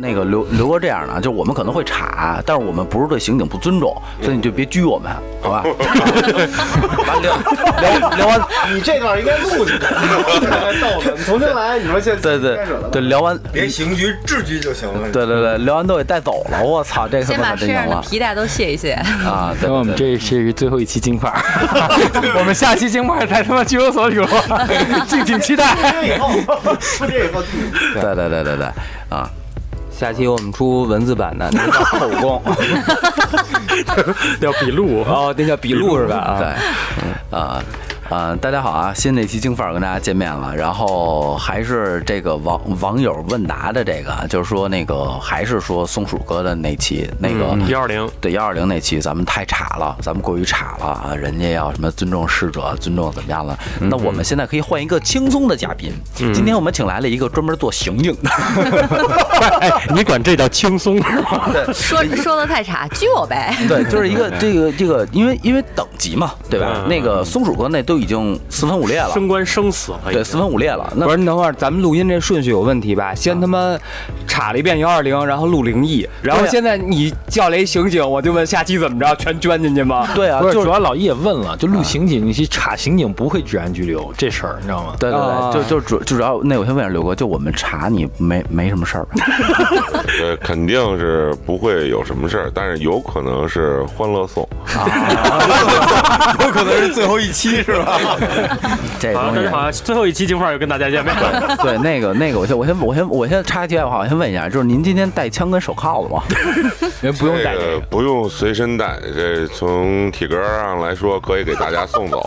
那个刘刘哥这样的啊，就我们可能会查，啊但是我们不是对刑警不尊重，所以你就别拘我们，好吧？ 完聊聊聊完，你这段应该录进去，逗的，你重新来。你说现在对对开始了吧对，聊完，别刑拘制拘就行了。对对对，聊完都给带走了，我操，这他 先把妈可真身上行的了皮带都卸一 卸。啊！对那我对们对，这是最后一期京 块儿，我们下期京块儿在他妈拘留所里录，敬请期待。听以后，说这以后，对对对对对啊！下期我们出文字版的，那个叫口 供，要笔录，哦，那叫笔录是吧？啊，对，啊、呃、啊、大家好啊！新的一期京范儿跟大家见面了，然后还是这个网网友问答的这个，就是说那个还是说松鼠哥的那期那个。幺二零，对幺二零那期，咱们太差了，咱们过于差了啊！人家要什么尊重逝者，尊重怎么样了？那我们现在可以换一个轻松的嘉宾。今天我们请来了一个专门做刑警的，哎，你管这叫轻松是吗？说说的太差，拘我呗。对，就是一个这个这个，因为因为等级嘛，对吧？那个松鼠哥那都已经四分五裂了，升官生死哎了，对，四分五裂了。那不是，你等会儿咱们录音这顺序有问题吧？先他妈查了一遍幺二零，然后录灵异，然后对呀现在你叫来一刑警，我就问下期怎么着，全捐进去吗？对啊，不是，就是主要老易也问了，就录刑警，你去查刑警不会治安拘留这事儿，你知道吗？对对啊对，就就主就主要那我先问一下刘哥，就我们查你没没什么事儿吧？呃，肯定是不会有什么事儿，但是有可能是欢乐颂。有可能是最后一期是吧？这好，东大西家好，最后一期京范儿又跟大家见面了。对那个那个，我先我先我先我先插一句外话，我先问一下，就是您今天带枪跟手铐了吗？人不用这带这个个，不用随身带，这从体格上来说可以给大家送走。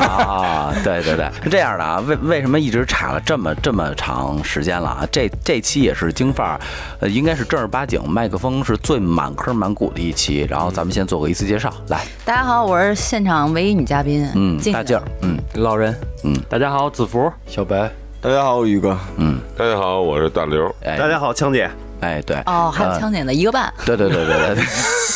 啊，对对对，是这样的啊，为为什么一直查了这么这么长时间了啊？这这期也是京范儿，呃，应该是正儿八经麦克风是最满坑满谷的一期，然后咱们先做个一次介绍，来，大家好，我是现场唯一女嘉宾，嗯，静大静劲儿，嗯老人， 大家好，子福，小白，大家好，我宇哥。嗯，大家好，我是大刘。哎大家好，枪姐，哎对，哦，还有呃枪姐的一个半，对对对对对对。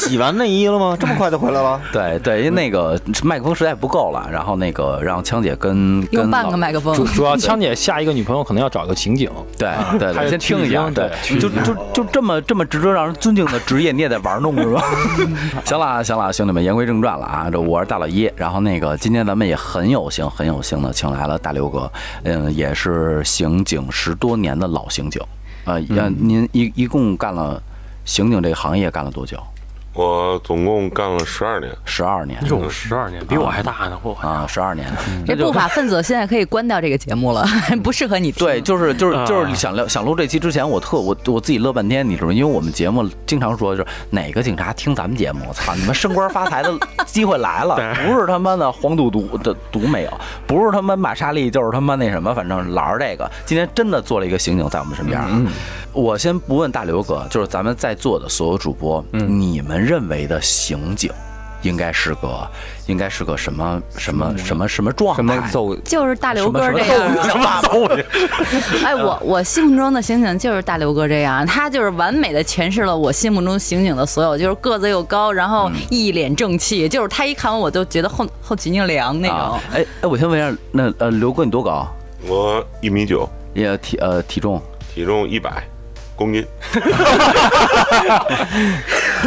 洗完内衣了吗？这么快就回 来了？ 对对，因为那个麦克风实在不够了，然后那个让枪姐跟跟用半老个麦克风主。主要枪姐下一个女朋友可能要找个刑警，对对对，还有先取听一下，经对对，就就就这么这么值得让人尊敬的职业，你也得玩弄是吧？ 行了啊行了啊，兄弟们，言归正传了啊，这我是大老一，然后那个今天咱们也很有幸很有幸的请来了大刘哥，嗯，也是刑警十多年的老刑警，呃，呃嗯您一一共干了刑警这个行业干了多久？我总共干了十二年，十二年哟，十二年，比我还大呢，我啊，十二年。这不法分子现在可以关掉这个节目了，不适合你听。对，，就是就是就是啊想聊想录这期之前，我特我我自己乐半天，你知道吗？因为我们节目经常说，就是哪个警察听咱们节目，我操，你们升官发财的机会来了，不是他妈的黄赌毒的毒没有，不是他妈玛莎莉，就是他妈那什么，反正老是这个。今天真的做了一个刑警在我们身边啊。嗯我先不问大刘哥，就是咱们在座的所有主播，嗯你们认为的刑警应该是个应该是个什么什么什么什么状态？嗯什么走？就是大刘哥什么这什么样的。什么揍你哎，我我心目中的刑警就是大刘哥这样，他就是完美的诠释了我心目中刑警的所有，就是个子又高，然嗯后一脸正气，就是他一看完我就觉得后后脊梁凉那种啊。哎哎，我先问一下，那呃，刘哥你多高？我一米九，也体呃体重？体重一百公斤。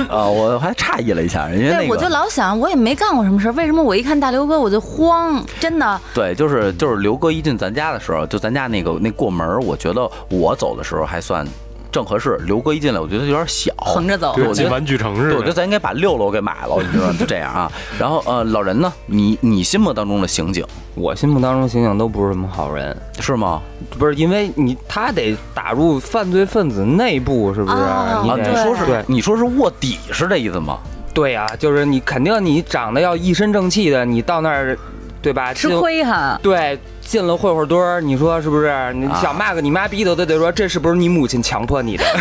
啊，我还诧异了一下，因为那对，我就个老想，我也没干过什么事儿，为什么我一看大刘哥我就慌？真的，对，就是就是刘哥一进咱家的时候，就咱家那个那过门儿，我觉得我走的时候还算正合适，刘哥一进来，我觉得有点小，横着走对我觉进得。玩具城对，我似觉得的。咱应该把六楼给买了，你知道吗？就这样啊。然后呃，老人呢？你你心目当中的刑警我心目当中刑警都不是什么好人，是吗？不是因为你他得打入犯罪分子内部，是不是？哦你啊，得你说是对你说是卧底是这意思吗？对呀、就是你肯定你长得要一身正气的，你到那儿，对吧？吃进。亏哈。对，进了会会堆儿，你说是不是？你啊想骂个你妈逼的都得说，这是不是你母亲强迫你的？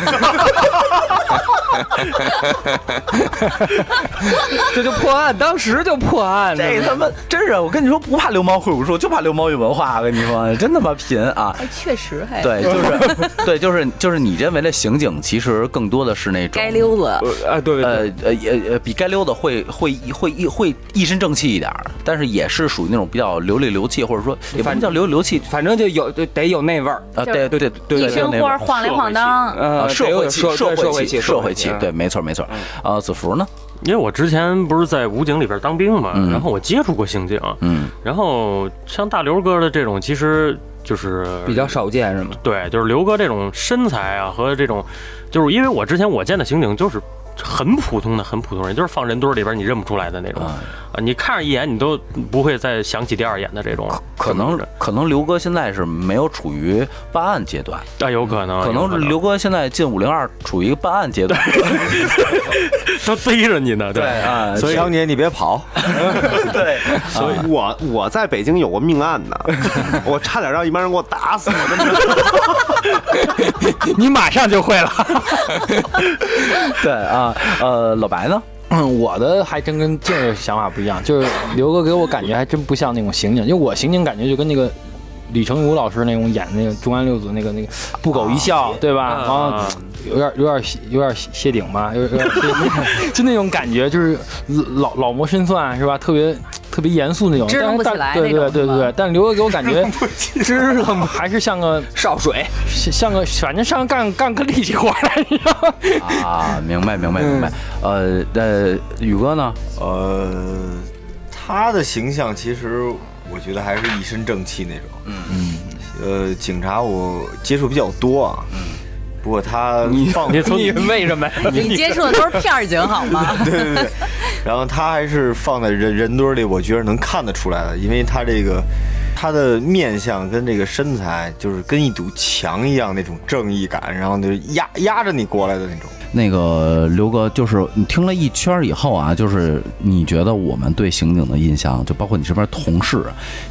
这就破案，当时就破案。这他妈真是，我跟你说，不怕流氓会武术，就怕流氓与文化。我跟你说，真他妈贫啊！哎，确实还对，就是，对，就是，就是你认为的刑警，其实更多的是那种该溜子。哎，对对呃呃也呃，比该溜的会会会一会一身正气一点儿，但是也是属于那种比较流里流气，或者说也不能叫流里流气反正就有就得有那味儿。啊，对对对对，一对身那花种晃来晃当，啊呃，社得有会点气，社社对社会气，社社会会气，啊对，没错没错。啊，子福呢？因为我之前不是在武警里边当兵嘛，然后我接触过刑警，嗯，然后像大刘哥的这种，其实就是比较少见是吗？ 对，就是刘哥这种身材啊和这种，就是因为我之前我见的刑警就是很普通的、很普通人，就是放人堆里边你认不出来的那种啊啊，你看着一眼你都不会再想起第二眼的这种，啊可能可能刘哥现在是没有处于办案阶段，啊有可能，可有能 刘哥现在进五零二处于办案阶段。都逮着你呢，对啊，所以当年你别跑，所啊以我我在北京有过命案 呢，我差点让一帮人给我打死，我真的。你马上就会了。对啊，呃，老白呢？嗯， 我的还真跟静儿想法不一样，就是刘哥给我感觉还真不像那种刑警，因为我刑警感觉就跟那个李成儒老师那种演那个《重案六组》那个那个不苟一笑，对吧？然后啊嗯有点有点有点谢顶吧，有点有点 谢就那种感觉，就是老老谋深算是吧？特别特别严肃那种，支棱但是不起但来对那种对对是吧对对，但刘哥给我 感觉支棱还是像个少水，像像个反正像干干个力气活来一样。啊，明白明白明白。呃呃，宇哥呢？呃，他的形象其实我觉得还是一身正气那种。嗯呃，警察我接触比较多啊。不过他放你从为什么？你接触的都是片儿警好吗？ 对对对，然后他还是放在人人堆儿里，我觉得能看得出来的，因为他这个他的面相跟这个身材，就是跟一堵墙一样那种正义感，然后就是压压着你过来的 那种。那个刘哥，就是你听了一圈儿以后啊，就是你觉得我们对刑警的印象，就包括你身边同事，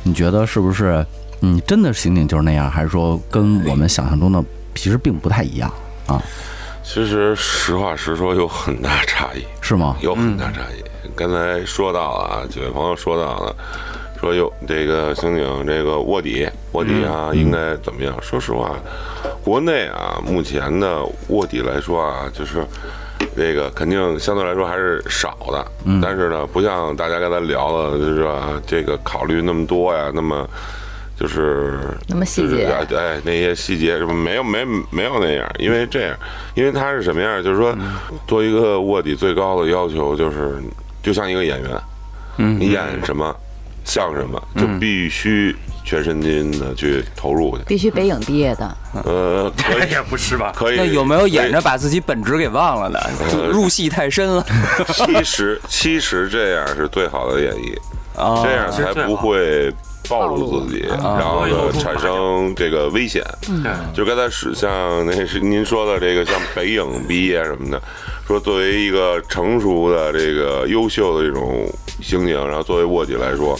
你觉得是不是？嗯，真的刑警就是那样，还是说跟我们想象中的其实并不太一样啊？其实实话实说，有很大差异。是吗？有很大差异。刚才说到啊，几位朋友说到了，说有这个刑警这个卧底，卧底啊，应该怎么样？说实话，国内啊，目前的卧底来说啊，就是。这个肯定相对来说还是少的，但是呢，不像大家刚才聊的，就是说啊这个考虑那么多呀，那么就是那么细节就是哎哎，那些细节什么没有没没有那样，因为这样，因为他是什么样，就是说，做一个卧底最高的要求就是，就像一个演员，嗯，你演什么像什么，就嗯必须全身心的去投入去。必须北影毕业的，呃，可以也不是吧？可以。 嗯哎那有没有演着把自己本职给忘了的？呃就入戏太深 了其实其实这样是最好的演绎，啊！这样才不会暴露自己，嗯然后呢产生这个危险。就刚才是像那是您说的这个像北影毕业什么的，说作为一个成熟的这个优秀的这种刑警，然后作为卧底来说，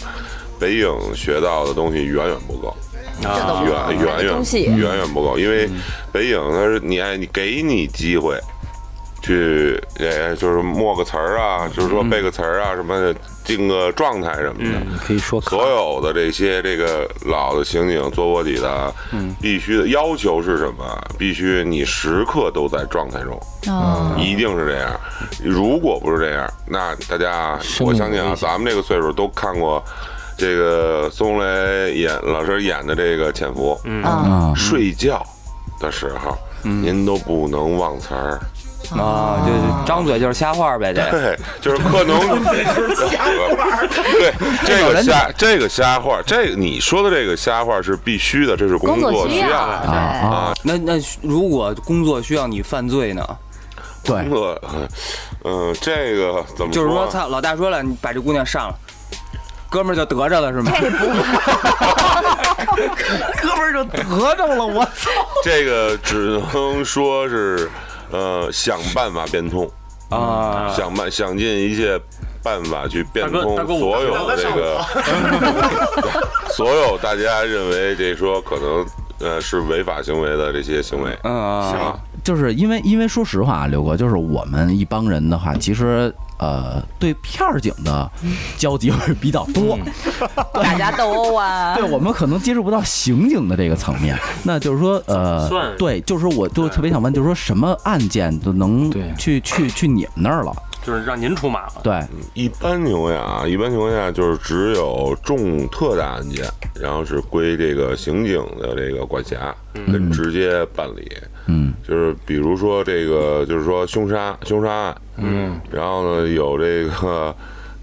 北影学到的东西远远不够。这都不啊远算远中戏远远远不够，因为北影它是你哎，你给你机会去，哎，就是默个词儿啊，就是嗯说背个词儿啊，什么的，定个状态什么的。可以说所有的这些这个老的刑警做卧底的，嗯必须的要求是什么？必须你时刻都在状态中，哦一定是这样。如果不是这样，那大家生命我相信危啊，险咱们这个岁数都看过这个孙红雷演老师演的这个《潜伏》，嗯啊，睡觉的时候，您都不能忘词儿。啊，就张嘴就是瞎话呗， 这对，就是可能对这个瞎这个瞎话，这个你说的这个瞎话是必须的，这是工工作作需需要要，的。对，啊，那那如果工作需要你犯罪呢？对工，作，嗯，这个怎么就是说，说？操，老大说了，你把这姑娘上了，哥们儿就得着了是吗？ 这个只能说是，呃，想办法变通，啊，想办想尽一切办法去变大哥大通哥我所有这个， 所有大家认为这说可能呃是违法行为的这些行为。嗯啊，啊，就是因为因为说实话啊，刘哥，就是我们一帮人的话，其实呃，对片儿警的交集会比较多。打架斗殴啊 对，，我们可能接触不到刑警的这个层面，那就是说，呃怎么算，对，就是我就特别想问，就是说什么案件都能对去去去你们那儿了？就是让您出马了。对，一般情况下啊，一般情况下就是只有重特大案件，然后是归这个刑警的这个管辖，跟直接办理。嗯，就是比如说这个，就是说凶杀凶杀案，嗯，然后呢有这个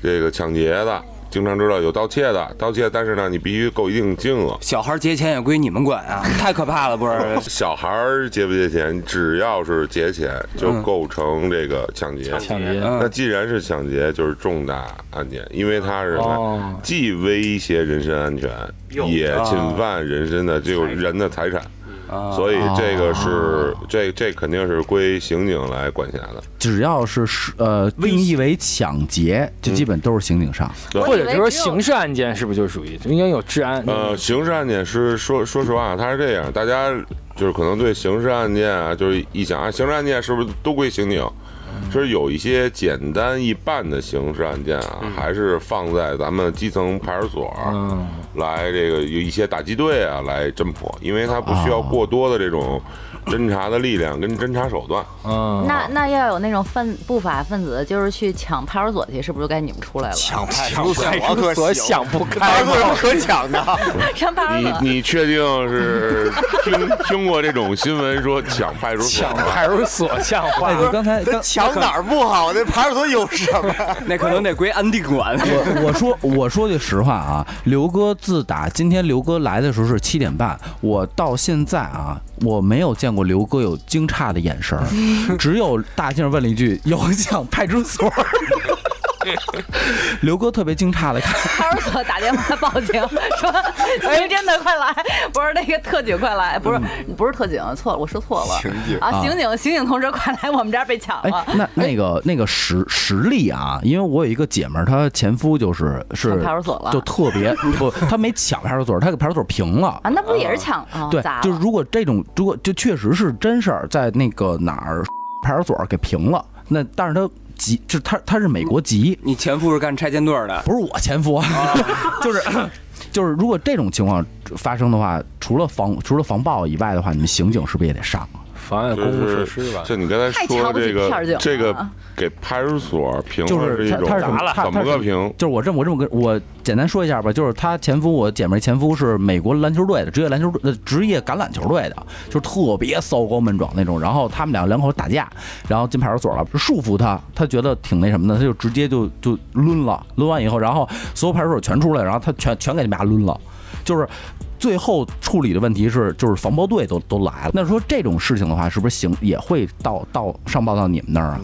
这个抢劫的，经常知道有盗窃的，盗窃，但是呢你必须够一定金额。小孩劫钱也归你们管啊，太可怕了，不是？ 小孩儿劫不劫钱，只要是劫钱就构成这个抢劫。嗯抢劫嗯那既然是抢劫，就是重大案件，因为它是什么哦既威胁人身安全，哟也侵犯人身的这个人的财产，啊所以这个是啊这这肯定是归刑警来管辖的。只要是是呃定义为抢劫，嗯就基本都是刑警上。或我以为者就是说只有刑事案件是不是就属于应该有治安？呃，刑事案件是说说实话，它是这样，大家就是可能对刑事案件啊，就是一想啊，刑事案件是不是都归刑警？就是有一些简单易办的刑事案件啊，还是放在咱们基层派出所嗯，来这个有一些打击队啊来侦破，因为它不需要过多的这种侦查的力量跟侦查手段。嗯，那那要有那种犯不法分子，就是去抢派出所去，是不是就该你们出来了？抢派出所，我可所行想不派开出吗？所有可抢的，上派出你所，你确定是听听过这种新闻说抢派出所抢吗？派出所像话哎，你刚才刚抢哪儿不好？那派出所有什么 呀？那可能得归安定管。 我我说我说句实话啊，刘哥自打今天刘哥来的时候是七点半，我到现在啊，我没有见过刘哥有惊诧的眼神儿， 只有大静问了一句：“有想派出所儿？” 刘哥特别惊诧的看，派出所打电 话报警说：“刑侦的快来，不是那个特警快来，不是不是特警，错了，我说错了，刑警嗯啊，啊刑警刑警同志快来，我们这儿被抢哎了。，那那个那个实实力啊，因为我有一个姐们儿，她前夫就是是上派出所了就特 别不，她没抢派出所，她给派出所平了。啊，那不也是抢啊？对砸，就是了如果这种，如果就确实是真事儿，在那个哪儿派出所给平了，那但是他籍，就是他他是美国籍，你前夫是干拆迁队儿的，不是我前夫，啊哦 就是就是如果这种情况发生的话，除了防除了防暴以外的话，你们刑警是不是也得上？妨碍公务设施吧？像你刚才太瞧说不起这片儿警个了这个啊给派出所评就论一他种他是怎怎么他么他个是评？就是我这么我这么跟我简单说一下吧，就是他前夫，我姐妹前夫是美国篮球队的职业篮球队呃职业橄榄球队的，就是特别骚高闷壮那种。然后他们俩两口打架，然后进派出所了，束缚他，他觉得挺那什么的，他就直接就就抡了，抡完以后，然后所有派出所全出来，然后他全全给你们俩抡了，就是。最后处理的问题是，就是防暴队都都来了。那说这种事情的话，是不是行也会到到上报到你们那儿啊？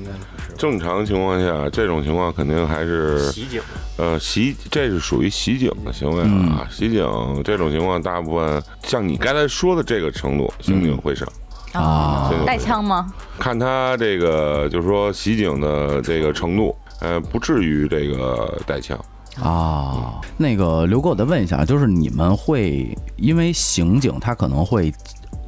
正常情况下，这种情况肯定还是袭警，呃袭，这是属于袭警的行为啊。嗯袭警这种情况，大部分像你刚才说的这个程度，刑警会上。嗯啊刑警会上带枪吗？看他这个就是说袭警的这个程度，呃，不至于这个带枪。啊，那个刘哥，我再问一下，就是你们会因为刑警他可能会，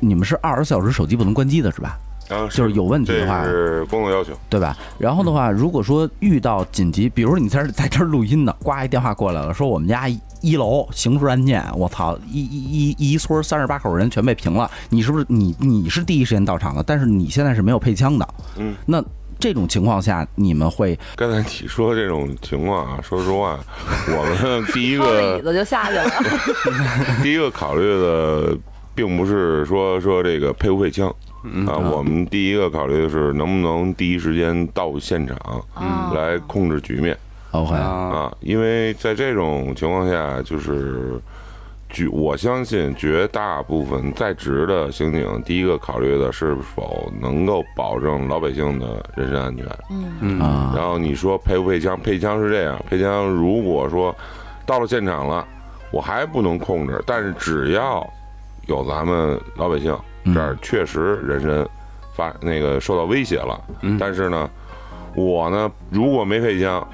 你们是二十四小时手机不能关机的是吧？然后就是有问题这的话，是工作要求。对吧？然后的话，如果说遇到紧急，比如说你在这在这儿录音呢，呱一电话过来了，说我们家一一楼刑事案件，我操，一一一一村三十八口人全被平了，你是不是你你是第一时间到场的？但是你现在是没有配枪的，嗯，那这种情况下你们会刚才你说这种情况啊，说实话，我们第一抄着椅个子就下 去了。第一个考虑的，并不是说说这个配不配枪。啊，我们第一个考虑的是能不能第一时间到现场啊来控制局面 OK 啊，因为在这种情况下，就是举我相信绝大部分在职的刑警，第一个考虑的是否能够保证老百姓的人身安全。啊然后你说配不配枪？配枪是这样，配枪如果说到了现场了，我还不能控制，但是只要有咱们老百姓这儿确实人身发那个受到威胁了，但是呢，我呢如果没配枪，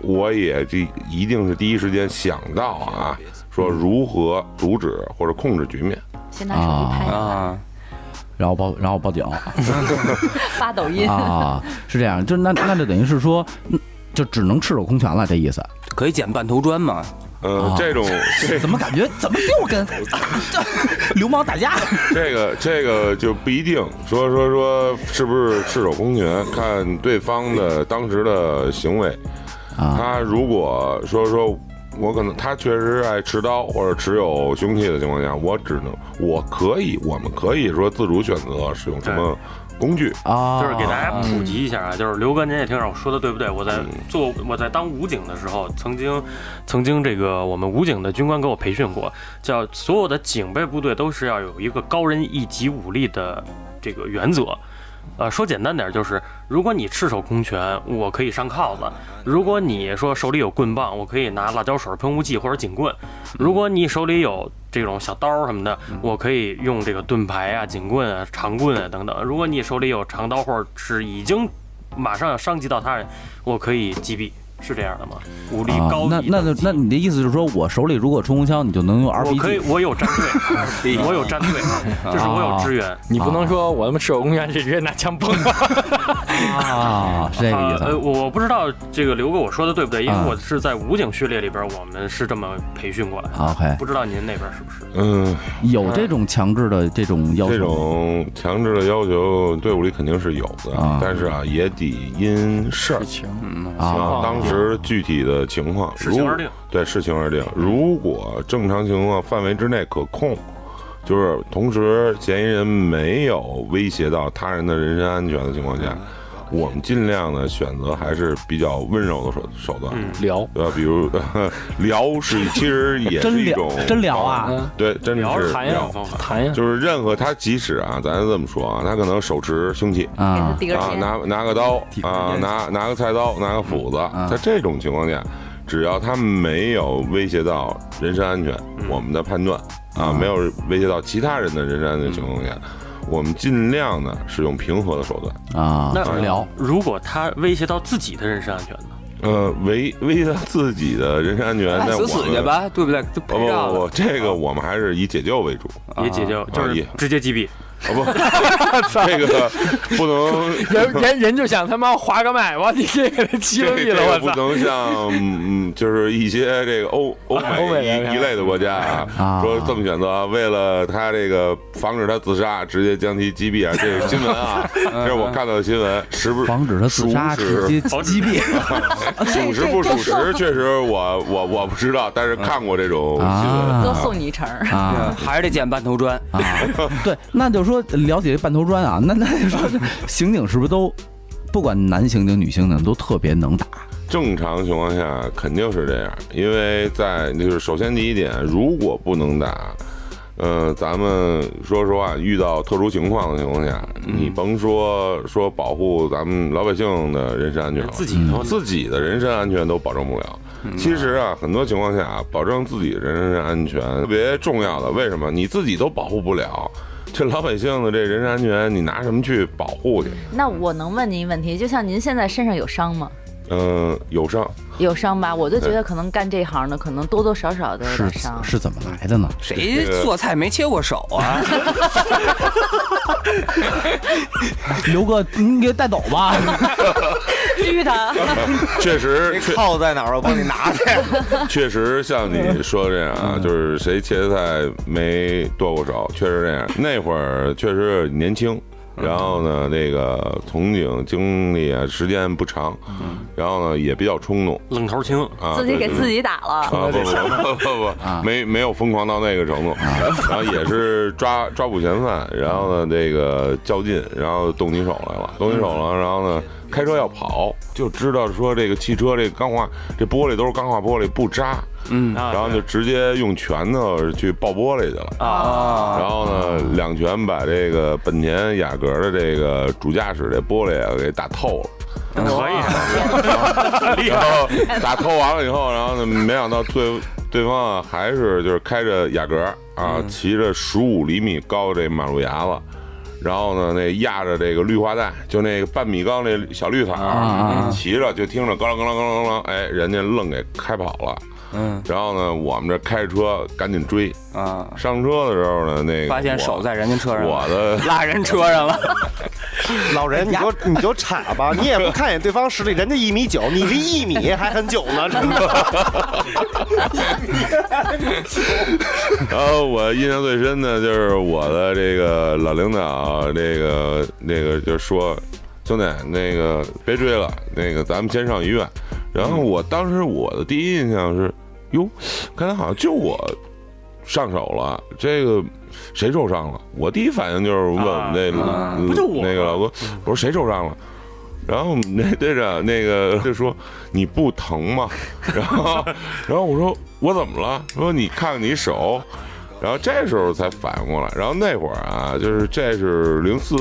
我也这一定是第一时间想到啊，说如何阻止或者控制局面。先拿手机拍一拍。啊，然后报然后报警发抖音，啊，是这样，就那那就等于是说，嗯就只能赤手空拳了，这意思。可以捡半头砖嘛？呃，这种这怎么感觉怎么又跟流氓打架？ 这个这个就不一定说说说是不是赤手空拳，看对方的当时的行为。啊他如果说说我可能他确实爱持刀或者持有凶器的情况下，我只能我可以我们可以说自主选择使用什么工具。啊，就是给大家普及一下啊，就是刘哥，您也听着我说的对不对？我在做我在当武警的时候，曾经曾经这个我们武警的军官给我培训过，叫所有的警备部队都是要有一个高人一级武力的这个原则。呃，说简单点就是，如果你赤手空拳，我可以上铐子；如果你说手里有棍棒，我可以拿辣椒水、喷雾剂或者警棍；如果你手里有这种小刀什么的，嗯我可以用这个盾牌啊、警棍啊、长棍啊等等；如果你手里有长刀或者是已经马上要伤及到他人，我可以击毙，是这样的吗？武力高、啊，那那就那。你的意思就是说我手里如果冲锋枪，你就能用我 RPG？可以，我有战 队，我有战队，就是我有支援。你不能说我他妈赤手空拳直接拿枪崩吧？啊，是这个意啊，呃，思。我我不知道这个刘哥我说的对不对，因为啊我是在武警序列里边，我们是这么培训过来的。啊 OK，不知道您那边是不是？嗯，有这种强制的这种要这求种强制的要求队伍里肯定是有的，啊但是啊也得因事儿。啊，啊，当时具体的情况，视哦情而定嗯如对，视情而定。如果正常情况范围之内可控，就是同时嫌疑人没有威胁到他人的人身安全的情况嗯下，我们尽量的选择还是比较温柔的手手段。嗯聊呃，比如 聊是其实也是真一聊种 真聊啊，嗯，对，真的聊是谈呀聊，，谈呀，就是任何他即使啊，咱这么说啊，他可能手持凶器，给他啊嗯递根啊，烟，拿拿个刀啊，拿拿个菜刀，拿个斧子，在这种情况下，只要他没有威胁到人身安全，嗯我们的判断啊，没有威胁到其他人的人身安全情况下，嗯我们尽量的使用平和的手段，啊，那真聊。如果他威胁到自己的人身安全呢？呃，维威胁到自己的人身安全，哎那死我死去们。吧，对不对？就不陪不着不不，了。这个我们还是以解救为主也解救，就啊是也直接击毙。啊不， 这个不能人人人就想他妈划个麦，我你这个击了这毙这了，个我不操！能像嗯嗯，就是一些这个欧欧欧美美人一是一吧类的国家啊啊，说这么选择啊，为了他这个防止他自杀，直接将其击毙啊，这是新闻啊，这是我看到的新闻，时不防止他自杀，属直实接击毙属实不属实，确实我我我不知道，但是看过这种新闻。哥啊送你一程儿。啊！ 嗯还是得捡半头砖。对，那就说了解半头砖啊，那那就说 刑警是不是都不管男刑警、女刑警都特别能打正常情况下肯定是这样，因为在就是首先第一点，如果不能打，呃，咱们说实话，遇到特殊情况的情况下，你甭说说保护咱们老百姓的人身安全了，哦自己嗯都自己的人身安全都保证不了。其实啊，很多情况下啊，保证自己的人身安全特别重要的。为什么？你自己都保护不了，这老百姓的这人身安全，你拿什么去保护去？那我能问您一问题，就像您现在身上有伤吗？嗯、有伤。有伤吧？我就觉得可能干这行的，可能多多少少的有是点伤。 是怎么来的呢？谁做菜没切过手 啊？ 刘哥，您给带走吧。 狙他，确实，确靠在哪儿？我帮你拿去。 确实像你说这样啊，就是谁切菜没剁过手，确实这样。那会儿确实年轻，然后呢，那个从警经历啊时间不长，然后呢也比较冲动冷头青，啊，自己给对自。己打 了。啊不不不不不，没没有疯狂到那个程度，然后也是抓抓捕嫌犯，然后呢这个较劲，然后动起手来了，动起手了，然后呢开车要跑，就知道说这个汽车这钢化这玻璃都是钢化玻璃不扎，嗯啊然后就直接用拳头去爆玻璃去了。啊，啊，然后呢，两拳把这个本田雅阁的这个主驾驶这玻璃啊给打透了。可以，啊厉然害。哦后 打透完了以后，然后呢，没想到对对方啊还是就是开着雅阁嗯啊，骑着十五厘米高这马路牙子，然后呢那压着这个绿化带，就那个半米高啊那小绿草，骑着就听着咯啷咯啷咯啷咯啷，哎，人家愣给开跑了。嗯然后呢，我们这开着车赶紧追，啊，上车的时候呢，那个发现我手在人家车上，我的拉人车上 了，老人，你 就你就插吧，你也不看见对方实力，人家一米九，你是一米，还很久呢，真的。然后我印象最深的就是我的这个老领导，这个那个就说，兄弟，那个别追了，那个咱们先上医院。然后我当时我的第一印象是，哟，刚才好像就我上手了，这个谁受伤了？我第一反应就是问我们那、啊不就我吗嗯那个老哥，我说谁受伤了？然后我们那队长那个就说你不疼吗？ 然后然后我说我怎么了？说你看看你手。然后这时候才反应过来，然后那会儿啊，就是这是零四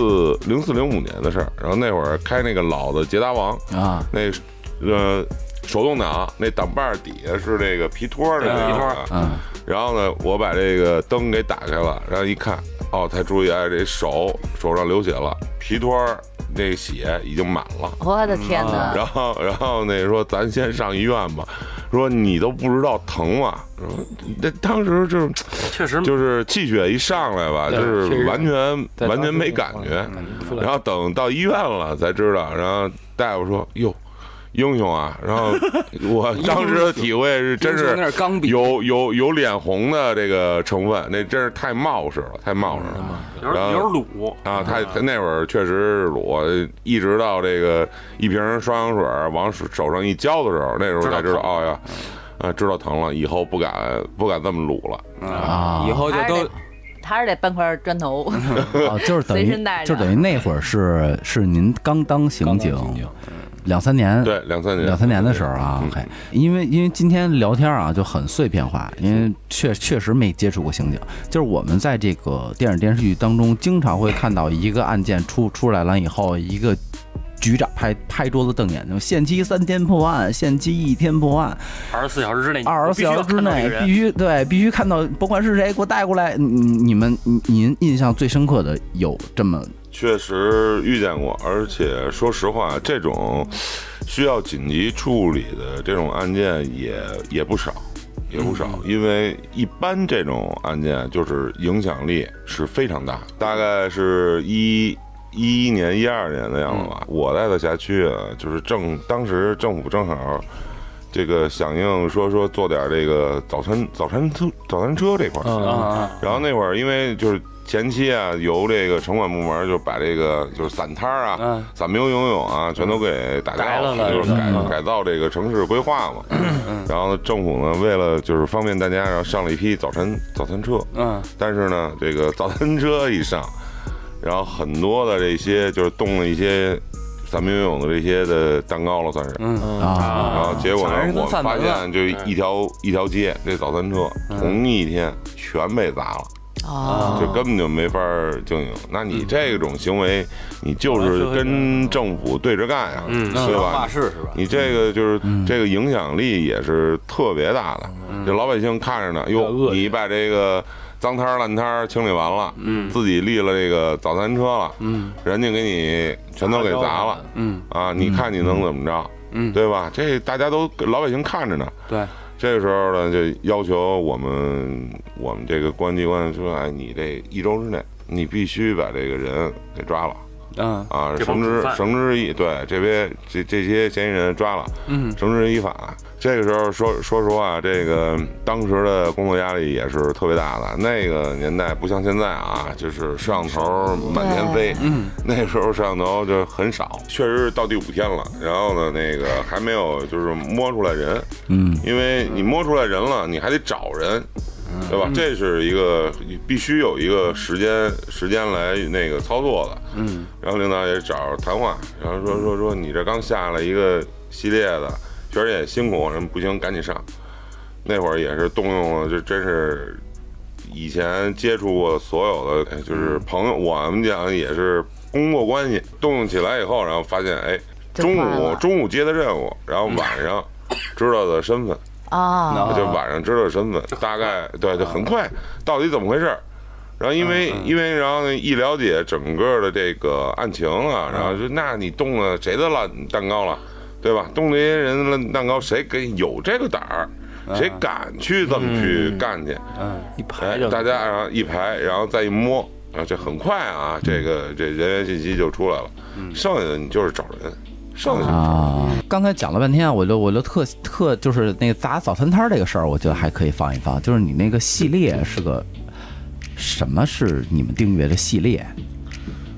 零四零五年的事儿，然后那会儿开那个老的捷达王，啊，那呃手动挡，那挡把儿底下是这个皮托儿的那皮托个啊儿，嗯然后呢，我把这个灯给打开了，然后一看，哦，才注意，哎，这手手上流血了，皮托儿那血已经满了。我的天啊哪！然后，然后那说咱先上医院吧，说你都不知道疼吗？说那当时就是 确实就是气血一上来吧，嗯对就是确实完全在完当全时没那感会儿觉，感觉不出来然后等到医院了才知道，然后大夫说：“哟，英雄啊！”然 后我当时的体会是，真那是是钢笔，有有有脸红的这个成分，那真是太冒失了，太冒失嗯了有点有点鲁，啊！太那会儿确实是我一直到这个一瓶双氧水往手手上一浇的时候，那时候才知知道道，疼哦呀，啊，知道疼了，以后不敢不敢这么鲁了。啊以，后就还是都得还是得搬块砖头。啊就是等随于身带着就是等于那会儿是是您刚当刑警刚当刑警两三嗯年，对，两三年，两三年的时候啊嗯，OK，因为因为今天聊天啊就很碎片化，因为确确实没接触过刑警，就是我们在这个电影电视剧当中经常会看到一个案件出出来了以后，一个局长拍拍桌子瞪眼睛，限期三天破案，限期一天破案，二十四小时之内，二十四小时之内必须须对必须看到，甭管是谁给我带过来。你你们你您印象最深刻的有这么确实遇见过，而且说实话，这种需要紧急处理的这种案件也也不少，也不少。因为一般这种案件就是影响力是非常大，大概是一。一一年、一二年的样子吧，我在的辖区啊，就是政当时政府正好这个响应说说做点这个早餐早餐车早餐车这块儿，嗯，然后那会儿因为就是前期啊，由这个城管部门就把这个就是散摊儿啊、嗯散兵游泳啊，全都给打掉改了了就是改嗯改造这个城市规划嘛。然后政府呢，为了就是方便大家，然后上了一批早餐早餐车，嗯但是呢，这个早餐车一上，然后很多的这些就是动了一些散兵游泳的这些的蛋糕了，算是。嗯，啊？然后啊，结果呢抢人，家我饭们发盆了现就一条一条街，这早餐车同一天全被砸了。哦就根本就没法儿经营。那你这种行为，你就是跟政府对着干呀，嗯对话吧？事是吧？你这个就是这个影响力也是特别大的，这老百姓看着呢，哟，你把这个脏摊儿烂摊儿清理完了，自己立了这个早餐车了，人家给你全都给砸了，嗯啊，你看你能怎么着，嗯对吧？这大家都老百姓看着呢，对，这时候呢，就要求我们我们这个公安机关说，哎，你这一周之内，你必须把这个人给抓了嗯啊，这帮绳之主犯绳之以对，这边这这些嫌疑人抓了，嗯绳之以法。这个时候说说实话，这个当时的工作压力也是特别大的。那个年代不像现在啊，就是摄像头满天飞，嗯， 那时候摄像头就很少，确实是到第五天了，然后呢，那个还没有就是摸出来人，嗯，因为你摸出来人了，你还得找人，嗯对吧？这是一个必须有一个时间时间来那个操作的。嗯，然后领导也找谈话，然后说说说你这刚下了一个系列的，确实也辛苦，人不行赶紧上。那会儿也是动用了，就真是以前接触过所有的，哎就是朋友，我们讲也是工作关系，动用起来以后，然后发现哎，就中换午了中午接的任务，然后晚上知道的身份。哦，就晚上知道身份，大概对，就很快，到底怎么回事儿？然后因为因为然后呢一了解整个的这个案情啊，然后就那你动了谁的烂蛋糕了，对吧？动这些人的蛋糕，谁给有这个胆儿？谁敢去这么去干去？一哎排着，大家啊一排，然后再一摸，啊，这很快啊，这个这人员信息就出来了。剩下的你就是找人，剩下的啊，刚才讲了半天，我就我就特特就是那个砸早餐摊儿这个事儿，我觉得还可以放一放。就是你那个系列是个什么是你们订阅的系列？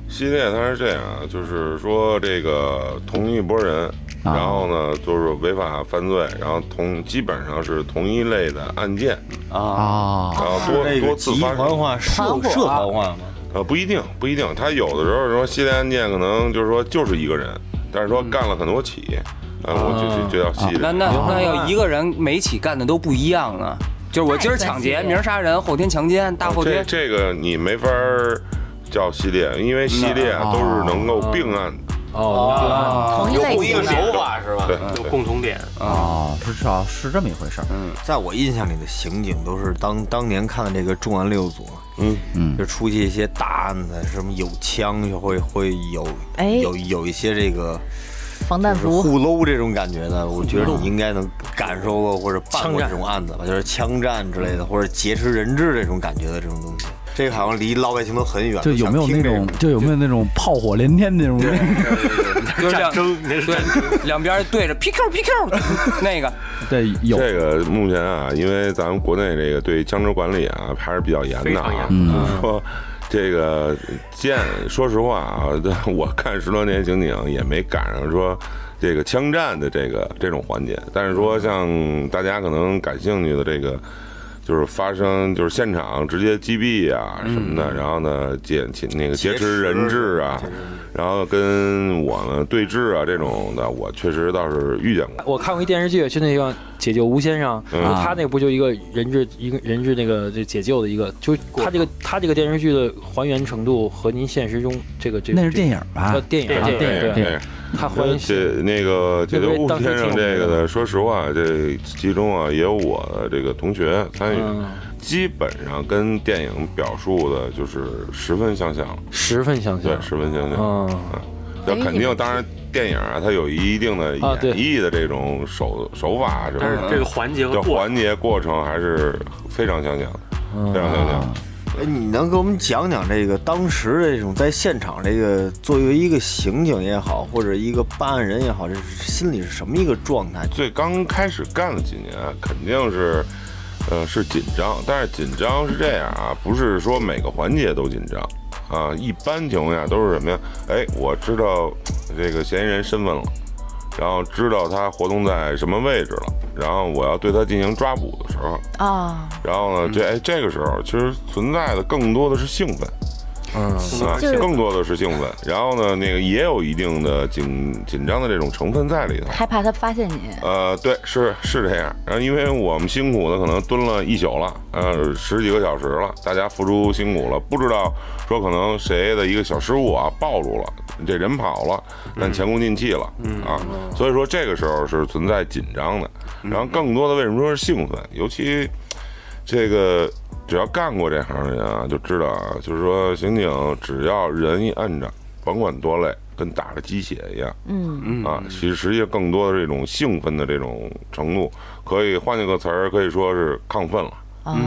系列它是这样啊，就是说这个同一拨人，啊然后呢就是违法犯罪，然后同基本上是同一类的案件，啊然后多那多个次集发团生。化、社社团化啊吗？呃，不一定，不一定。他有的时候说系列案件可能就是说就是一个人，但是说嗯干了很多起，啊，我就就就叫系那那列。那要一个人每起干的都不一样呢，就是我今儿抢劫，明儿杀人，后天强奸，大后这天这个你没法儿叫系列，因为系列啊都啊是能够并案的。哦同一类型的。法是啊吧对，有对共同点。嗯啊，不知道是这么一回事儿。在我印象里的刑警都是当当年看的这个《重案六组》，啊嗯嗯就出去一些大案子，什么有枪就会会有，哎有有一些这个防就弹是服，互搂这种感觉的，我觉得嗯你应该能感受过或者办过这种案子吧，就是枪战之类的，或者劫持人质这种感觉的这种东西。这个好像离老百姓都很远，就有没有想那听这种就有没有那种炮火连天那种？就是两对两边对着 PQ PQ 那个，对，有这个目前啊，因为咱们国内这个对枪支管理啊还是比较严的非常啊严，说这个见，说实话啊，我看十多年刑警也没赶上说这个枪战的这个这种环节，但是说像大家可能感兴趣的这个。就是发生，就是现场直接击毙啊什么的，然后呢劫劫那个劫劫持持人质啊，然后跟我们对峙啊这种的，我确实倒是遇见过。我看过一电视剧，就那叫《解救吴先生》，嗯就他那不就一个人质，一个人质那个就解救的一个，就他这个他这个电视剧的还原程度和您现实中这个这个那是电影这吧个？电影电啊影电影，哎电对影他还原这那个解决那不是吴当时先生挺有这名个的呢，说实话，这其中啊也有我的这个同学参与，嗯基本上跟电影表述的就是十分相像了，十分相对像，，十分相像。嗯，那、哎肯你定，们当然电影啊，它有一定的演啊对绎的这种手、手法啊什但是么这的个，环节和这过程嗯环节过程还是非常相像嗯的，非常相像的。哎，你能给我们讲讲这个当时这种在现场这个作为一个刑警也好，或者一个办案人也好，这是心里是什么一个状态？最刚开始干了几年，肯定是，呃，是紧张，但是紧张是这样啊，不是说每个环节都紧张啊，一般情况下都是什么呀？哎，我知道这个嫌疑人身份了，然后知道他活动在什么位置了，然后我要对他进行抓捕的时候，啊，然后呢，这哎这个时候其实存在的更多的是兴奋，嗯，啊就是，更多的是兴奋，然后呢，那个也有一定的紧紧张的这种成分在里头。害怕他发现你，呃，对，是是这样。然后因为我们辛苦的可能蹲了一宿了，呃，十几个小时了，大家付出辛苦了，不知道说可能谁的一个小失误啊暴露了，这人跑了，但前功尽弃了、啊。所以说这个时候是存在紧张的，然后更多的为什么说是兴奋，尤其这个。只要干过这行的人啊，就知道啊，就是说刑警只要人一摁着，甭管多累，跟打了鸡血一样，嗯，啊，其实实际上更多的这种兴奋的这种程度，可以换一个词儿，可以说是亢奋了。啊，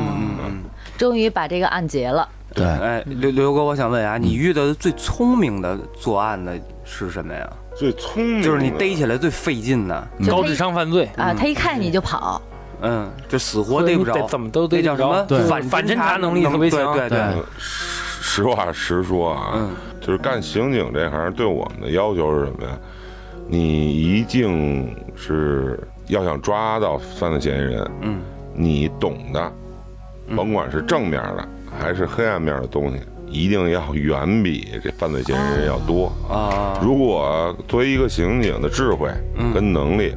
终于把这个按结了。对，哎，刘刘哥，我想问啊，你遇到的最聪明的作案的是什么呀？最聪明的就是你逮起来最费劲的，就嗯高他一智商犯罪，啊，他一看你就跑，嗯，就死活逮不对着，你怎么都那逮叫不什着么对反反侦查查能力特别强对对对对，实话实说啊，嗯就是干刑警这行，对我们的要求是什么呀？你一定是要想抓到犯罪嫌疑人，嗯，你懂的，甭管是正面的还是黑暗面的东西，一定要远比这犯罪嫌疑人要多。啊，如果作为一个刑警的智慧嗯跟能力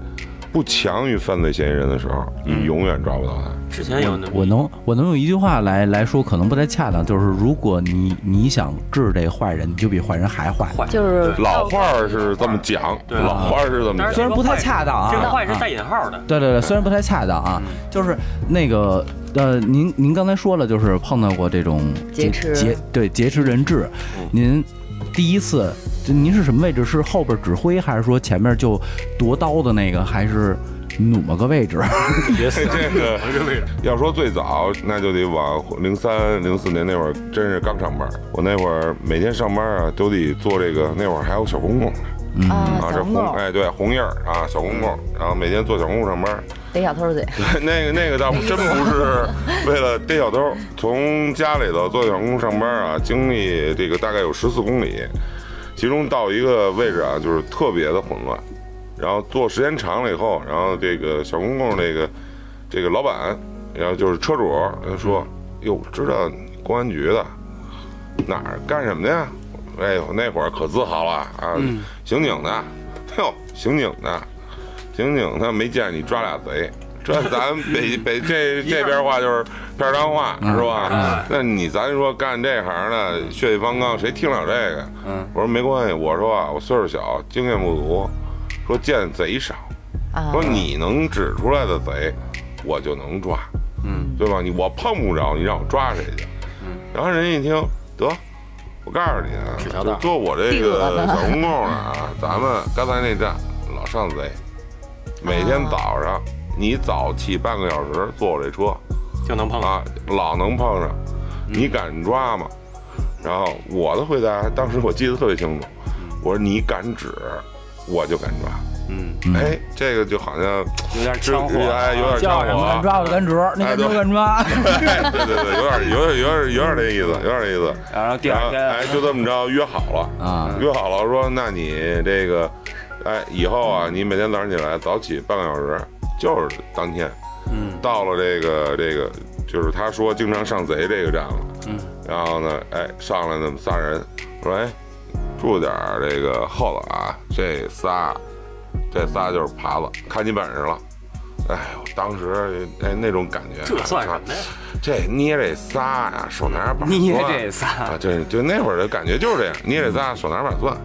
不强于犯罪嫌疑人的时候，嗯你永远抓不到他。之前有那我能我能用一句话来来说，可能不太恰当，就是如果你你想治这坏人，你就比坏人还坏。坏，就是老话儿是这么讲，对老话儿是这么但是讲。虽然不太恰当嗯啊这个坏是带嗯引号的，对对对，虽然不太恰当啊，就是那个呃，您您刚才说了，就是碰到过这种劫持劫对劫持人质，嗯您第一次就您是什么位置？是后边指挥，还是说前面就夺刀的那个，还是努么个位置？这个要说最早，那就得往零三零四年那会儿，真是刚上班儿。我那会儿每天上班啊，都得做这个，那会儿还有小公公呢啊，啊，小这公红公哎对红叶儿啊，小公公，然后每天做小公公上班儿。逮小偷去， 那个那个倒真不是为了逮小偷，从家里头坐小公上班啊，经历这个大概有十四公里，其中到一个位置啊，就是特别的混乱，然后坐时间长了以后，然后这个小公公这个这个老板，然后就是车主，他说：“哟，我知道公安局的哪儿干什么的呀？”哎呦，那会儿可自豪了啊，刑警的， 哟，刑警的，刑警他没见你抓俩贼，这咱北北这这边话就是片儿脏话是吧？那你咱说干这行的血气方刚，谁听了这个？我说没关系，我说啊，我岁数小，经验不足，说见贼少，啊说你能指出来的贼，我就能抓，嗯，对吧？你我碰不着，你让我抓谁去？然后人一听，得，我告诉你啊，就做我这个小公共的啊，咱们刚才那站老上贼，每天早上你早起半个小时坐我这车就能碰。啊，老能碰上，你敢抓吗？然后我的回答，当时我记得特别清楚，我说你敢指，我就敢抓。嗯，哎，这个就好像有点知枪火，哎，有点叫像什么敢 我。抓我敢指，你哎敢指我敢 抓。对对对，有点有点有点有点这意思，有点这意思。然后第二然后天哎，就这么着约好了啊，约好了说，那你这个，哎，以后啊，你每天早上起来早起半个小时，就是当天，嗯，到了这个这个，就是他说经常上贼这个站了，嗯，然后呢，哎，上来那么仨人，说哎，注点儿这个后头啊，这仨，这仨就是耙子，看你本事了。哎呦，当时哎那种感觉啊，这算什么呀？这捏这仨呀、手拿把捏蒜这仨啊，对，就那会儿的感觉就是这样，捏这仨手拿把蒜。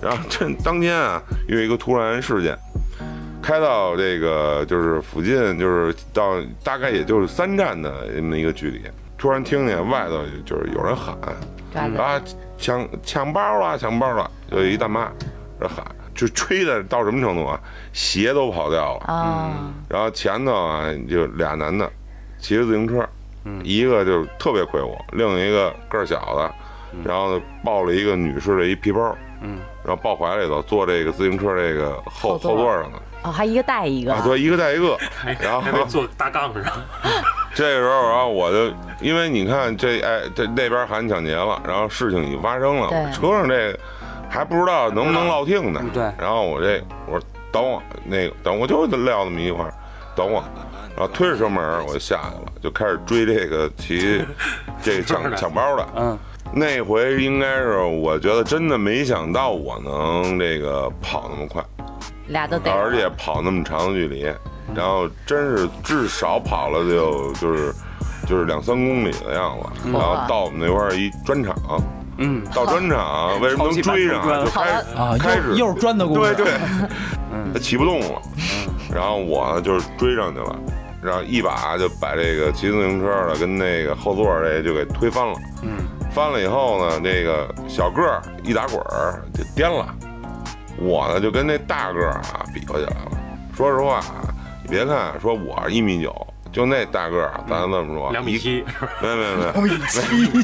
然后这当天啊，有一个突然事件，开到这个就是附近，就是到大概也就是三站的那么一个距离，突然听见外头就是有人喊抓贼啊，抢抢包了，抢包了，有一大妈这喊，就吹的到什么程度啊，鞋都跑掉了。啊，然后前头啊就俩男的骑着自行车，一个就是特别魁梧，另一个个儿小的，然后呢抱了一个女士的一皮包，嗯，然后抱怀里头，坐这个自行车这个后后座后座上呢，哦，还一个带一个啊，，对，一个带一个，然还没后坐大杠上， 这时候然后我就因为你看这哎这那边喊抢劫了，然后事情已经发生了，对我车上这个还不知道能不能落听呢，嗯对然后我这我说等我那个等我就撂那么一会儿，等我，然后推着车门儿我就下去了，就开始追这个骑 这抢抢包的。嗯，那回应该是我觉得真的没想到我能这个跑那么快，俩都逮着了，而且跑那么长的距离，然后真是至少跑了得有就是就是两三公里的样子，然后到我们那块儿一专场。嗯，到专场为什么能追上啊？就好开始啊，开始又又是砖头工对程，对，他骑不动了，然后我呢就是追上去了，然后一把就把这个骑自行车的跟那个后座这就给推翻了，嗯，翻了以后呢，那个小个儿一打滚儿就颠了，我呢就跟那大个儿啊比划起来了。说实话啊，你别看说我一米九，就那大个儿啊，咱这么说，嗯两米一，七，没有没有没有，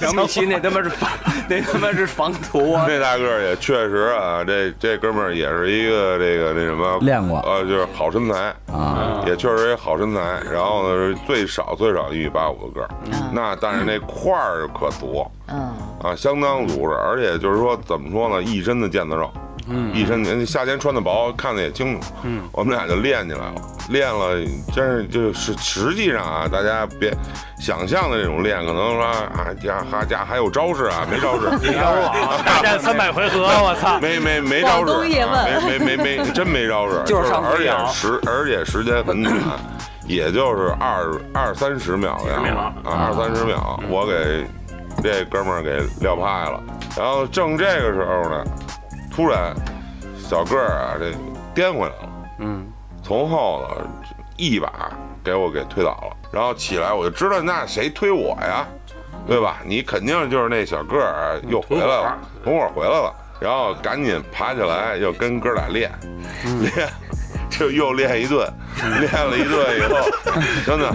两米七那他妈是防，那他妈是防毒啊！这大个儿也确实啊，这这哥们儿也是一个这个那什么练过呃，就是好身材嗯啊，也确实也好身材。然后呢，是最少最少一米八五的个儿，嗯那但是那块儿可足嗯，啊，相当足着，而且就是说怎么说呢，一身的腱子肉，嗯，一身人家夏天穿的薄，看的也清楚，嗯，我们俩就练起来了，练了真是就是实际上啊，大家别想象的那种练，可能说啊呀哈家还有招式啊，没招式，你然后啊，大战三百回合，我操！ 没没没招式广东叶啊，问没没没没，真没招式，就是上而飞鸟且时而且时间很短，也就是二二三十秒的样几十子秒啊，二三十秒，我给这哥们儿给撂趴下了。然后正这个时候呢，突然小个儿啊这颠回来了，嗯，从后头一把给我给推倒了，然后起来我就知道那谁推我呀，对吧？你肯定就是那小个儿啊又回来了，嗯同伙回来了，然后赶紧爬起来又跟哥俩练练。这又练一顿，练了一顿以后，真的，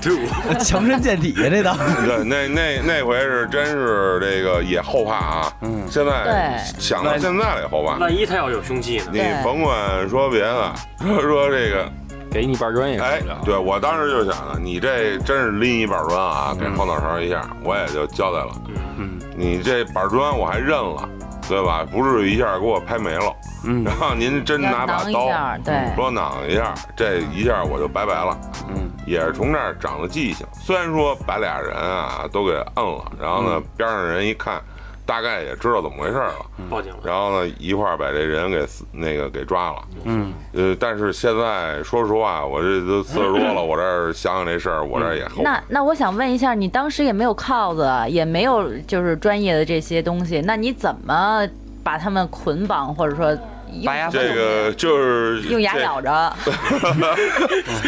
这强身健体呀，这倒。对，那那那回是真是这个也后怕啊。嗯，现在对想到现在了也后怕。万一他要有凶器呢？你对甭管说别的，说说这个，给你板砖也哎是啊，对我当时就想了，你这真是拎一板砖啊，给后脑勺一下，我也就交代了。嗯，你这板砖我还认了，对吧？不至于一下给我拍没了。嗯然后您真拿把要刀挠一下对给我攮一下，这一下我就拜拜了。嗯，也是从这儿长的记性。虽然说把俩人啊都给摁了，然后呢边上人一看，大概也知道怎么回事了。报警了。然后呢，一块儿把这人给死那个给抓了。嗯，呃，但是现在说实话，我这都四十多了，我这儿想想这事儿，我这儿也后那那我想问一下，你当时也没有铐子，也没有就是专业的这些东西，那你怎么把他们捆绑，或者说用哎拔牙这个就是用牙这咬着？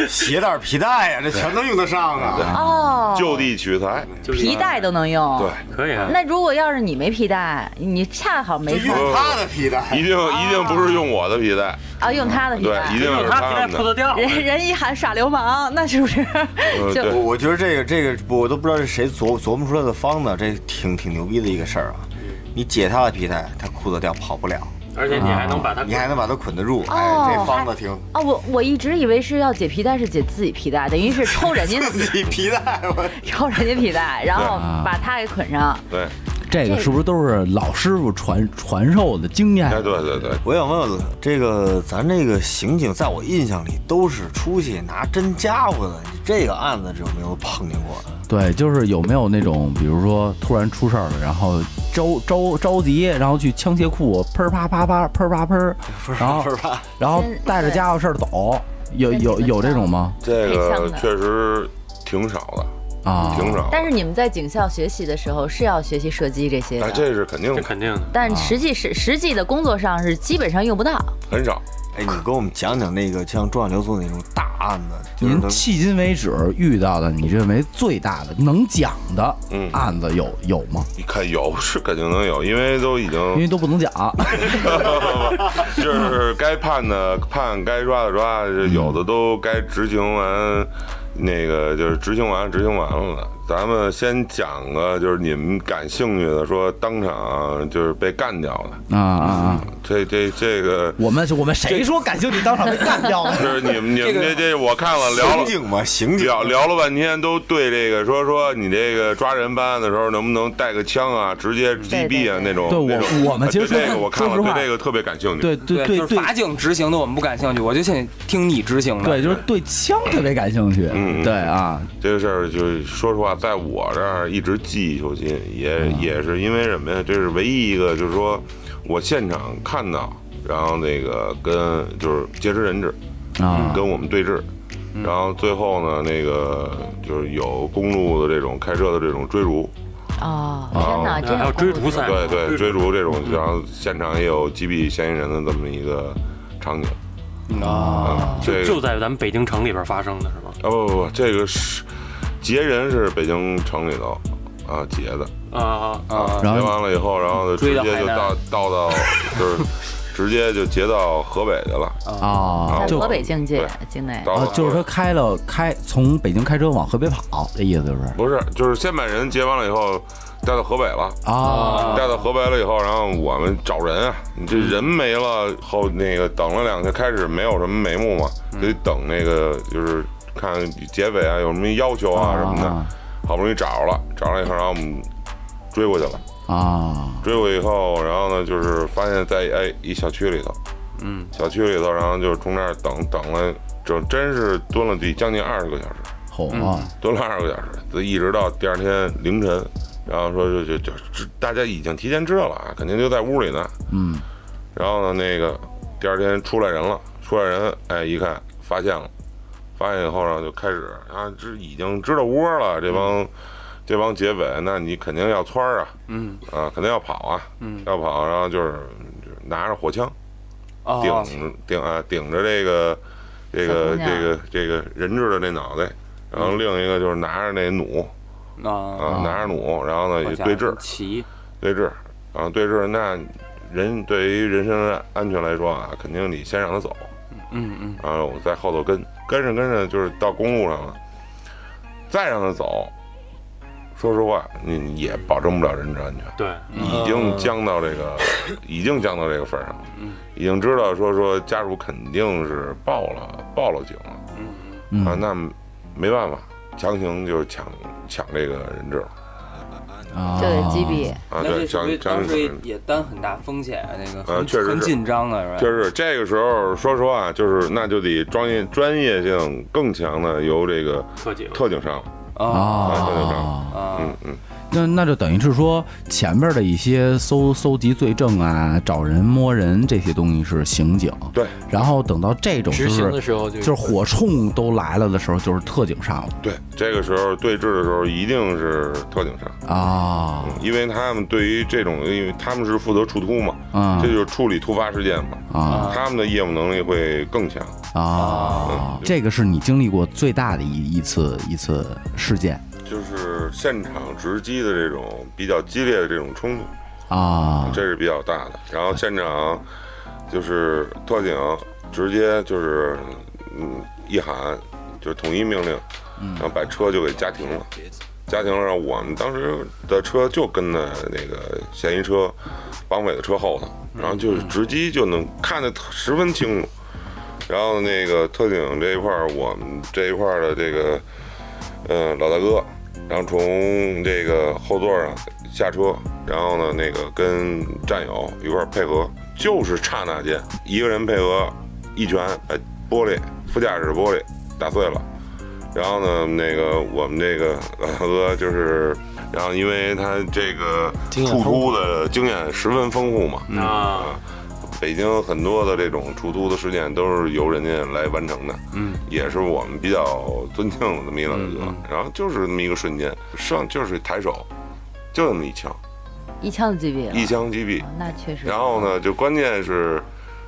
鞋带儿、皮带呀，这全都用得上 啊。哦， 就地取材，就是皮带都能用。对。可以啊。那如果要是你没皮带，你恰好没就铐用他的皮带，一定一定不是用我的皮带，啊，用他的皮对，一带。定就是他皮带们裤的。子掉了，人人一喊耍流氓，那是不是呃就对我我觉得这个这个我都不知道是谁琢琢磨出来的方子，这挺挺牛逼的一个事儿啊。你解他的皮带，他裤子掉跑不了，而且你还能把他你还能把他捆得住，哦哎，这方子挺 啊？我我一直以为是要解皮带，是解自己皮带，等于是抽 人家自己皮带，我抽人家皮带，然后把他给捆上。对，这个是不是都是老师傅传传授的经验？哎，对对对，嗯我想问问，这个咱这个刑警，在我印象里都是出去拿真家伙的，你这个案子有没有碰见过？对，就是有没有那种，比如说突然出事儿了，然后着着着急，然后去枪械库喷儿啪啪啪喷儿啪喷儿，然后然后带着家伙事儿走，有有有这种吗？这配个枪的确实挺少的，啊，挺少的。但是你们在警校学习的时候是要学习射击这些哎，的，这是肯定这的肯定的。但实际是实际的工作上是基本上用不到。很少。哎，你给我们讲讲那个像重案流速那种大案子，就是您能迄今为止遇到的，你认为最大的能讲的嗯案子有有吗？你看有是肯定能有，因为都已因经为都不能 讲，啊就是该判的判，该抓的抓，这有的都该执行完，那个就是执行完执行完了。咱们先讲个就是你们感兴趣的，说当场就是被干掉的，啊啊啊！这这 这个我们我们谁说感兴趣当场被干掉了？是你们你们这这我看了聊了刑。警嘛，刑警聊聊了半天，都对这个说说你这个抓人办案的时候能不能带个枪啊，直接击毙啊那种。对我那种我们其实啊对这说个我看了，说实话对这个特别感兴趣。对对就对是法警执行的我们不感兴趣，我就想听你执行的。对，就是对枪特别感兴趣。嗯嗯对啊，这个事儿就是说实话，在我这儿一直记忆犹新，也也是因为什么呀？这是唯一一个就是说我现场看到，然后那个跟就是劫持人质啊跟我嗯们对峙。然后最后呢，那个就是有公路的这种开车的这种追逐，哦，天哪，啊真还有追逐赛对对，追追逐这种，然后现场也有击毙嫌疑人的这么一个场景啊，这个就在咱们北京城里边发生的是吗？啊不不不，这个是劫人是北京城里头啊劫的，呃啊啊啊，劫然后完了以后，然后直追到接就海南到到到就是直接就劫到河北去了，啊，在就河北境界对境内。到啊了，就是他开了开从北京开车往河北跑，这意思就是不是就是先把人劫完了以后带到河北了。啊带到河北了以后，然后我们找人啊，你这人没了后，那个等了两天，开始没有什么眉目嘛，得等那个就是看劫匪啊有什么要求啊什么的，好不容易找着了，找着了以后，然后我们追过去了，啊追过去以后，然后呢就是发现在哎一小区里头，嗯，小区里头，然后就从那儿等等了，整真是蹲了得将近二十个小时，吼啊蹲了二十个小时，就一直到第二天凌晨，然后说就就就知大家已经提前知道了啊，肯定就在屋里呢。嗯，然后呢，那个第二天出来人了，出来人，哎，一看发现了，发现以后呢就开始啊，这已经知道窝了，这帮、这帮劫匪，那你肯定要窜儿啊，嗯，啊，肯定要跑啊，嗯，要跑，然后就是就是拿着火枪顶哦，顶啊顶着这个这小个姑娘这个这个人质的那脑袋，然后另一个就是拿着那弩啊，啊，拿着弩，然后呢也对峙齐对峙，啊然后对峙，那人对于人身安全来说啊，肯定你先让他走，嗯嗯，然后我在后头跟跟着跟着就是到公路上了，再让他走，说实话，你也保证不了人质安全，对，嗯嗯已经僵到这个，已经僵到这个份儿上了，嗯已经知道说说家属肯定是报了报了警了，嗯啊，那没办法，强行就抢抢这个人质了啊就得击毙。啊，那对，这属强于强当行抢时人也质。也担很大风险啊，那个呃很确实是很紧张的是吧？就是这个时候，说实话，就是那就得专业专业性更强的由这个特警，特警上啊了啊，特警上了。啊，啊，嗯嗯，那那就等于是说，前面的一些搜搜集罪证啊、找人摸人这些东西是刑警，对。然后等到这种就执行是的时候就就是火铳都来了的时候，就是特警上了对，这个时候对峙的时候一定是特警上，啊嗯，因为他们对于这种，因为他们是负责出突嘛，啊这就是处理突发事件嘛，啊他们的业务能力会更强。啊！这个是你经历过最大的一一次一次事件就是现场直击的这种比较激烈的这种冲突，啊这是比较大的。然后现场就是特警直接就是嗯一喊，就是统一命令，然后把车就给加停了。加停了，然后我们当时的车就跟在那个嫌疑车绑匪的车后头，然后就是直击就能看得十分清楚。然后那个特警这一块儿，我们这一块儿的这个呃老大哥，然后从这个后座上下车，然后呢，那个跟战友一块儿配合，就是刹那间，一个人配合一拳把玻璃副驾驶玻璃打碎了。然后呢，那个我们这个呃老大哥就是，然后因为他这个经验处丰富嗯突的经验十分丰富嘛，啊，北京很多的这种出突的事件都是由人家来完成的，嗯，也是我们比较尊敬的这么一老大哥。然后就是那么一个瞬间，上就是抬手，就那么一枪，一枪就击毙了，一枪击毙啊。那确实。然后？呢，就关键是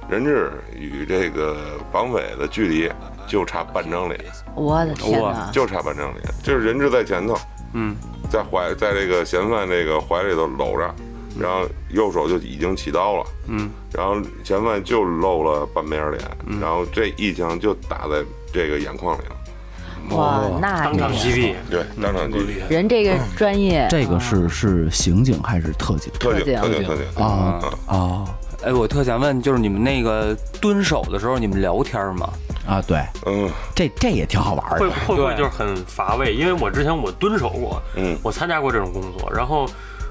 人质与这个绑匪的距离就差半张脸，我的天哪！就差半张脸，就是人质在前头，啊嗯，在怀在这个嫌犯这个怀里头搂着，然后右手就已经起刀了。嗯，然后嫌犯就露了半边脸，然后这一枪就打在这个眼眶里了，哇，那当场击毙，对，当场就够厉害。人这个专业，这个是是刑警还是特警特警特特警警特警嗯啊啊哦啊哎，我特想问，就是你们那个蹲守的时候，你们聊天吗？啊？对，嗯这这也挺好玩 会的会不会就是很乏味？因为我之前我蹲守过，嗯我参加过这种工作，然后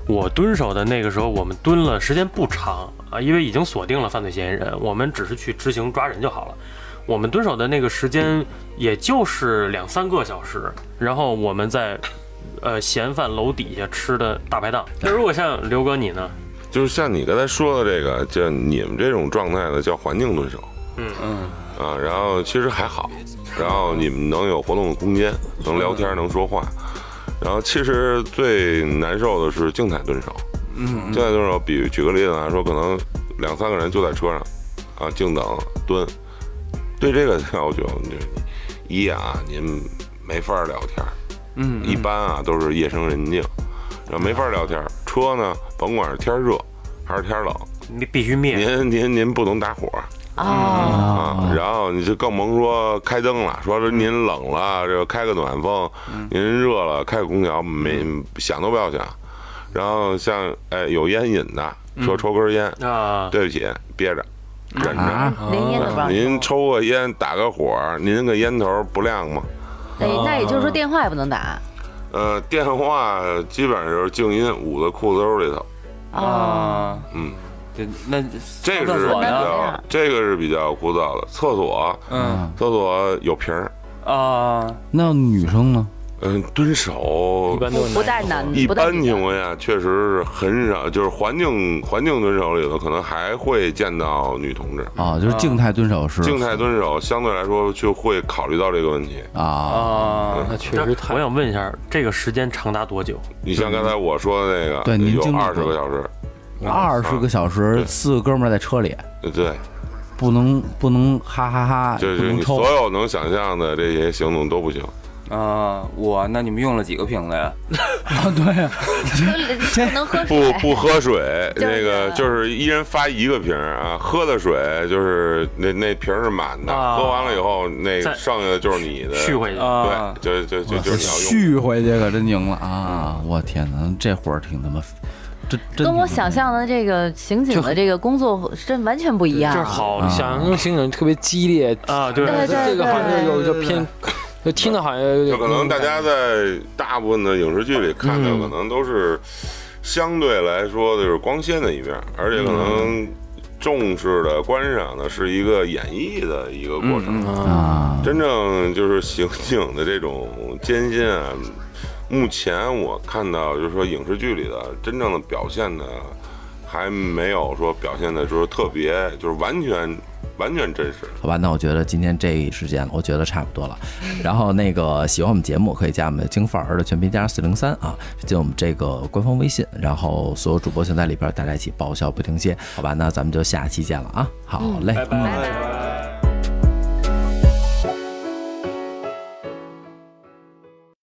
我蹲守的那个时候，我们蹲了时间不长啊，因为已经锁定了犯罪嫌疑人，我们只是去执行抓人就好了。我们蹲守的那个时间也就是两三个小时，然后我们在呃嫌犯楼底下吃的大排档。那如果像刘哥你呢？就是像你刚才说的这个，就你们这种状态的叫环境蹲守嗯啊，然后其实还好，然后你们能有活动的空间，能聊天，能说话，然后其实最难受的是静态蹲守，嗯，静态蹲守，比举个例子来说，可能两三个人就在车上，啊，静等蹲，对这个要求，这一啊，您没法儿聊天儿，嗯一般啊都是夜深人静，然后没法儿聊天儿。车呢，甭管是天儿热还是天儿冷，你必须灭。您您您不能打火哦，啊，嗯然后你就更甭说开灯了，说是您冷了，这个开个暖风，您热了开个空调，没想都不要想。然后像哎有烟瘾的，说抽根烟，啊，对不起，憋着，忍着。啊！连烟都不让您抽抽个烟，打个火，您个烟头不亮吗？哎，那也就是说电话也不能打呃，电话基本上就是静音，捂在裤子兜里头。哦，啊，嗯，对，那这个上是厕比所呢？较，这个是比较枯燥的。厕所，嗯厕所有瓶儿，啊，那女生呢？嗯，蹲守一。般都是不带男，一不带般女情的，况下，确实是很少，就是环境环境蹲守里头，可能还会见到女同志。啊，就是静态蹲守是静态蹲守相对来说就会考虑到这个问题。啊，啊，那确实我太想问一下，这个时间长达多久？你像刚才我说的那个，嗯对您有经历过二十个小时，二十个小时，对四哥们儿在车里，呃对，不能不能哈哈哈，就哎不是能你抽所有能想象的这些行动都不行。啊，我那你们用了几个瓶子呀？ 就能喝不水。不喝水， 就是那个就是一人发一个瓶儿啊，喝的水就是那那瓶儿是满的，啊喝完了以后，那再个剩下的就是你的续回去啊对，就就就就是你要用。续啊回去可真赢了啊！我天哪，这活儿挺他妈，这真跟我挺他妈想象的这个刑警的这个工作真完全不一样，就是好啊想象中刑警特别激烈，啊，对对对这个好像有就偏，就听着好像有就点可能大家在大部分的影视剧里看到，嗯可能都是相对来说就是光鲜的一面，而且可能重视的、观赏的是一个演绎的一个过程。啊，真正就是刑警的这种艰辛啊，目前我看到就是说影视剧里的真正的表现呢，还没有说表现的就是特别，就是完全完全真实。好吧，那我觉得今天这一时间，我觉得差不多了。然后那个喜欢我们节目，可以加我们京范儿的全拼加四零三啊，进我们这个官方微信，然后所有主播全在里边，大家一起爆笑不停歇。好吧，那咱们就下期见了啊！好嘞，嗯拜拜。